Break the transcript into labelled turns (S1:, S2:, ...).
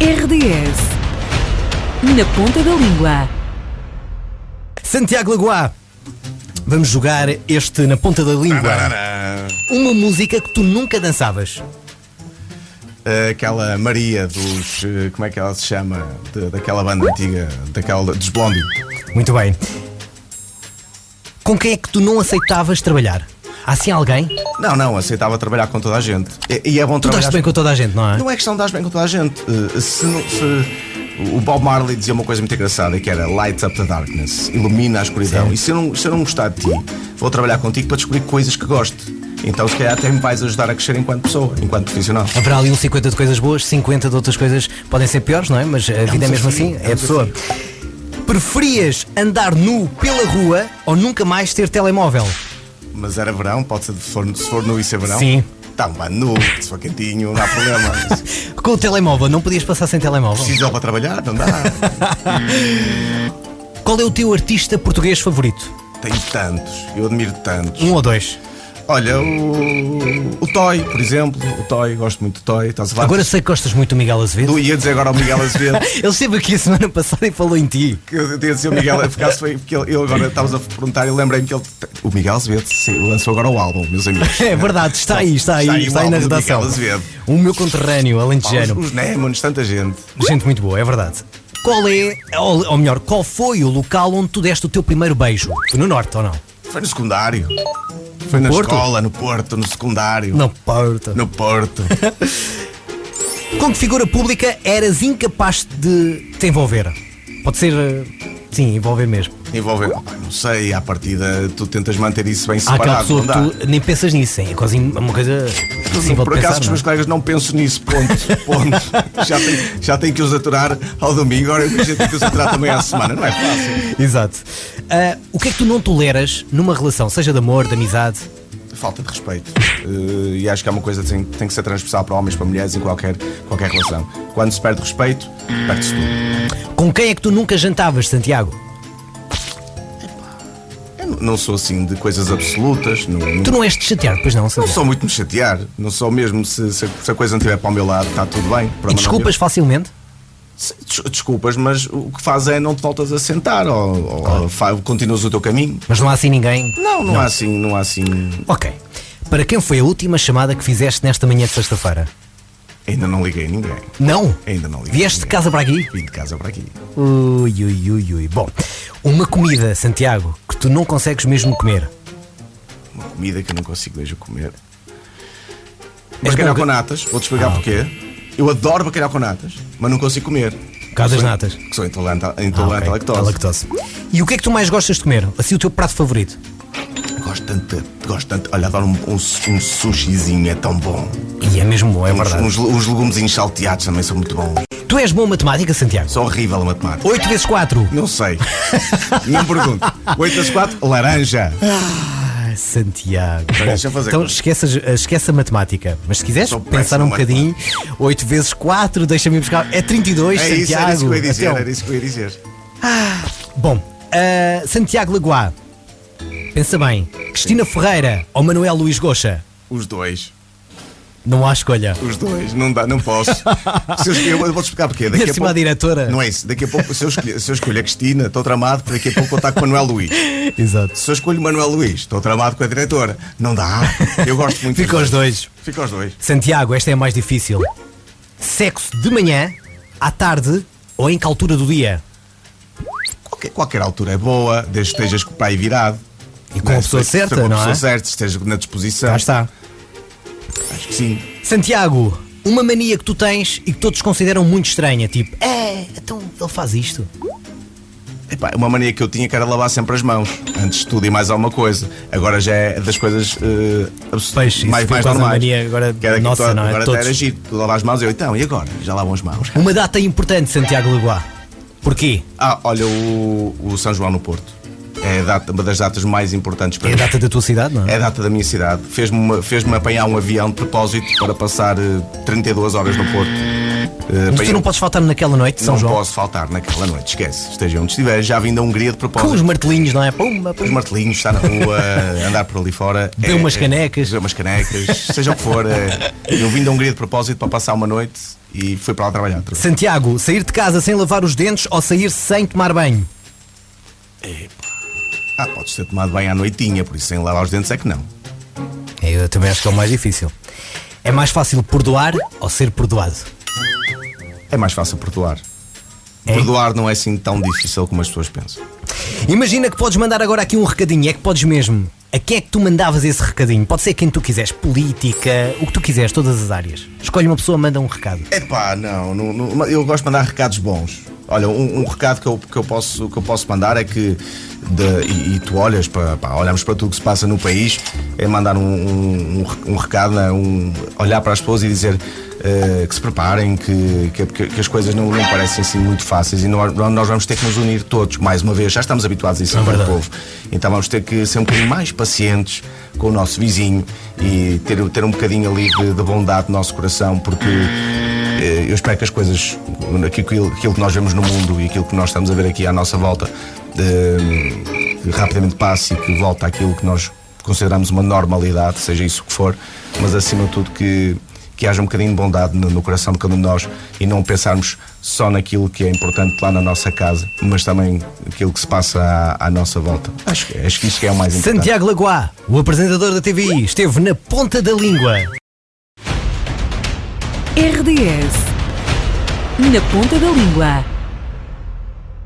S1: RDS. Na ponta da língua.
S2: Santiago Lagoa, vamos jogar este na ponta da língua.
S3: Tarará.
S2: Uma música que tu nunca dançavas.
S3: Aquela Maria dos. eh, Como é que ela se chama? De- daquela banda antiga, daquela, dos Blondie.
S2: Muito bem. Com quem é que tu não aceitavas trabalhar? Há sim alguém?
S3: Não, não, aceitava trabalhar com toda a gente. E, e é bom
S2: Tu
S3: trabalhar.
S2: estás bem com toda a gente, não é?
S3: Não é questão de dar bem com toda a gente. Eh, Se, não- se- O Bob Marley dizia uma coisa muito engraçada que era Lights up the darkness, ilumina a escuridão. E se eu, não, se eu não gostar de ti, vou trabalhar contigo para descobrir coisas que gosto. Então, se calhar, até me vais ajudar a crescer enquanto pessoa, enquanto profissional.
S2: Haverá ali um 50 de coisas boas, 50 de outras coisas podem ser piores, não é? Mas a vida é mesmo assim,
S3: desafio, é um
S2: é a pessoa.
S3: assim.
S2: Preferias andar nu pela rua ou nunca mais ter telemóvel?
S3: Mas era verão, pode ser de- se for, se for nu e ser verão.
S2: Sim.
S3: Está bem nu, se for quentinho, não há problema.
S2: Com o telemóvel, não podias passar sem telemóvel?
S3: Preciso dele para trabalhar, não dá.
S2: Qual é o teu artista português favorito?
S3: Tenho tantos, eu admiro tantos.
S2: Um ou dois?
S3: Olha, o, o Toy, por exemplo, o Toy, gosto muito do Toy. Estás a falar
S2: Agora sei que gostas muito do Miguel Azevedo.
S3: do ia dizer agora ao Miguel Azevedo.
S2: Ele esteve aqui a semana passada e falou em ti.
S3: que eu tinha de dizer o Miguel, por acaso foi porque ele, eu agora estávamos a perguntar e lembrei-me que ele. O Miguel Azevedo sim, lançou agora o álbum, meus amigos.
S2: É verdade, está aí, está aí,
S3: Está aí o
S2: está aí na
S3: álbum do
S2: redação.
S3: Miguel Azevedo.
S2: O meu conterrâneo,
S3: Pá,
S2: alentejano.
S3: Os, os Némones, tanta gente.
S2: Gente muito boa, é verdade. Qual é, ou, ou melhor, qual foi o local onde tu deste o teu primeiro beijo? Foi no Norte ou não?
S3: Foi no secundário. Foi na
S2: Porto?
S3: escola, no Porto, no secundário.
S2: Não, Porto.
S3: No Porto.
S2: Com que figura pública eras incapaz de te envolver? Pode ser, eh, sim, envolver mesmo.
S3: Envolver. Opa, não sei, à partida tu tentas manter isso bem
S2: Há aquela
S3: separado.
S2: pessoa
S3: Não
S2: que
S3: dá.
S2: tu nem pensas nisso, hein? é quase uma coisa impossível
S3: Por
S2: de pensar.
S3: acaso os
S2: não é?
S3: meus colegas não pensam nisso, ponto. ponto. já, tenho, já tenho que os aturar ao domingo, agora a gente tem que os aturar também à semana, não é fácil.
S2: Exato. Ah, o que é que tu não toleras numa relação, seja de amor, de amizade?
S3: Falta de respeito. Eh, e acho que é uma coisa que tem, tem que ser transversal para homens, para mulheres, em qualquer, qualquer relação. Quando se perde respeito, perde-se tudo.
S2: Com quem é que tu nunca jantavas, Santiago?
S3: Eu n- não sou assim de coisas absolutas, não, não-
S2: Tu não és de chatear, pois não,
S3: não
S2: Santiago?
S3: sou muito de me chatear, não sou mesmo. Se, se- se a coisa não estiver para o meu lado, está tudo bem.
S2: E
S3: para o é meu
S2: desculpas facilmente?
S3: Sim, des- Desculpas, mas o que faz é não te voltas a sentar ou, ou- ou fa- continuas o teu caminho.
S2: Mas não há assim ninguém?
S3: Não, não, há assim, não há assim.
S2: Ok. Para quem foi a última chamada que fizeste nesta manhã de sexta-feira?
S3: Ainda não liguei a ninguém.
S2: Não?
S3: Ainda não liguei.
S2: Vieste de
S3: ninguém.
S2: casa para aqui?
S3: Vim de casa para aqui.
S2: Ui, ui, ui, ui. Bom, uma comida, Santiago, que tu não consegues mesmo comer.
S3: Uma comida que eu não consigo mesmo comer.
S2: És
S3: Bacalhau
S2: bom-
S3: com natas, vou-te
S2: Ah,
S3: explicar porquê. Eu adoro bacalhau com natas, mas não consigo comer.
S2: Por causa das
S3: Sou-
S2: natas.
S3: Que sou intolerante, à-
S2: Ah,
S3: intolerante
S2: ok.
S3: à tá lactose.
S2: À lactose. E o que é que tu mais gostas de comer? Assim, o teu prato favorito?
S3: Gosto tanto, de- gosto tanto. Olha, adoro um, um, um sushizinho, é tão bom.
S2: E é mesmo bom, é
S3: Uns-
S2: verdade.
S3: Uns, uns legumezinhos salteados também são muito bons.
S2: Tu és bom em matemática, Santiago?
S3: Sou horrível a matemática.
S2: 8 vezes 4.
S3: Não sei. não me pergunto. 8 às 4, laranja.
S2: Ah, Santiago.
S3: Olha,
S2: Bom,
S3: deixa eu fazer
S2: então
S3: conta.
S2: esquece, a- esquece a matemática. Mas se quiseres
S3: Sou
S2: pensar um
S3: péssimo em
S2: bocadinho, 8 vezes 4, deixa-me ir buscar. É 32,
S3: É
S2: Santiago.
S3: isso, era isso que eu ia dizer.
S2: Então,
S3: Era isso que eu ia dizer.
S2: Bom, ah, Santiago Lagoa. Pensa bem. Cristina Ferreira ou Manuel Luís Goxa?
S3: Os dois.
S2: Não há escolha.
S3: Os dois, não dá, não posso. Se eu, escolher- eu vou-te explicar porquê.
S2: Ainda por cima a diretora.
S3: Não é isso. Daqui a pouco, se eu escolher, se eu escolher a Cristina, estou tramado, porque daqui a pouco contacto com o Manuel Luís.
S2: Exato.
S3: Se eu escolho o Manuel Luís, estou tramado com a diretora. Não dá. Eu gosto muito
S2: Fica os dois.
S3: Fica os dois.
S2: Santiago, esta é a mais difícil. Sexo de manhã, à tarde ou em que altura do dia?
S3: Qualquer, qualquer altura é boa, desde que estejas com o pai virado.
S2: E com
S3: Né?
S2: a pessoa
S3: Se- se-
S2: certa,
S3: com a
S2: não
S3: pessoa
S2: é?
S3: certa, estejas na disposição.
S2: Cá está.
S3: Acho que sim.
S2: Santiago, uma mania que tu tens e que todos consideram muito estranha, tipo, é, então ele faz isto.
S3: Epá, uma mania que eu tinha que era lavar sempre as mãos, antes de tudo e mais alguma coisa. Agora já é das coisas eh, abs-
S2: Pois, isso
S3: mais,
S2: foi
S3: mais
S2: quase uma
S3: normais.
S2: mania agora
S3: que era que
S2: nossa,
S3: tu-
S2: não é?
S3: Agora
S2: Todos.
S3: até era giro. Tu lavas as mãos e eu, então, e agora? Já lavam as mãos.
S2: Uma data importante, Santiago Lagoa. Porquê?
S3: Ah, olha, o, o São João no Porto. É a data- uma das datas mais importantes para
S2: É a
S3: mim.
S2: data da tua cidade, não
S3: É
S2: é?
S3: a data da minha cidade. Fez-me fez apanhar um avião de propósito para passar eh, 32 horas no Porto. Eh,
S2: Mas
S3: bem,
S2: tu não
S3: eu
S2: podes faltar naquela noite de São
S3: não
S2: João.
S3: posso faltar naquela noite, esquece. Esteja onde estiver, já vim da Hungria de
S2: Com os
S3: propósito.
S2: martelinhos, não é? Pumba,
S3: Os
S2: pumba.
S3: martelinhos, estar na rua, andar por ali fora.
S2: Beber umas canecas.
S3: Beber umas canecas, seja o que for. eh, eu vim da Hungria de propósito para passar uma noite e fui para lá trabalhar. outra vez.
S2: Santiago, sair de casa sem lavar os dentes ou sair sem tomar banho?
S3: Ah, podes ter tomado bem à noitinha, por isso sem lavar os dentes é que não.
S2: Eu também acho que é o mais difícil. É mais fácil perdoar ou ser perdoado?
S3: É mais fácil perdoar.
S2: É?
S3: Perdoar não é assim tão difícil como as pessoas pensam.
S2: Imagina que podes mandar agora aqui um recadinho, é que podes mesmo. A quem é que tu mandavas esse recadinho? Pode ser quem tu quiseres, política, o que tu quiseres, todas as áreas. Escolhe uma pessoa, manda um recado.
S3: Epá, não, não, não- eu gosto de mandar recados bons. Olha, um, um recado que eu, que, eu posso, que eu posso mandar é que, de- e, e tu olhas para, pá, olhamos para tudo o que se passa no país, é mandar um, um, um re- um recado, né, um, olhar para as pessoas e dizer eh, que se preparem, que, que, que- que as coisas não, não parecem assim muito fáceis e nós, nós vamos ter que nos unir todos, mais uma vez, já estamos habituados a isso enquanto povo. Então vamos ter que ser um bocadinho mais pacientes com o nosso vizinho e ter, ter um bocadinho ali de, de bondade no nosso coração, porque eh, Eu espero que as coisas, aquilo, aquilo que nós vemos no mundo e aquilo que nós estamos a ver aqui à nossa volta, eh, que rapidamente passe e que volte àquilo que nós consideramos uma normalidade, seja isso que for, mas acima de tudo que, que haja um bocadinho de bondade no, no coração de cada um de nós e não pensarmos só naquilo que é importante lá na nossa casa, mas também aquilo que se passa à, à nossa volta. Acho, que- acho que isso que é o mais importante.
S2: Santiago Lagoa, o apresentador da TVI, esteve na ponta da língua.
S1: RDS. Na ponta da língua.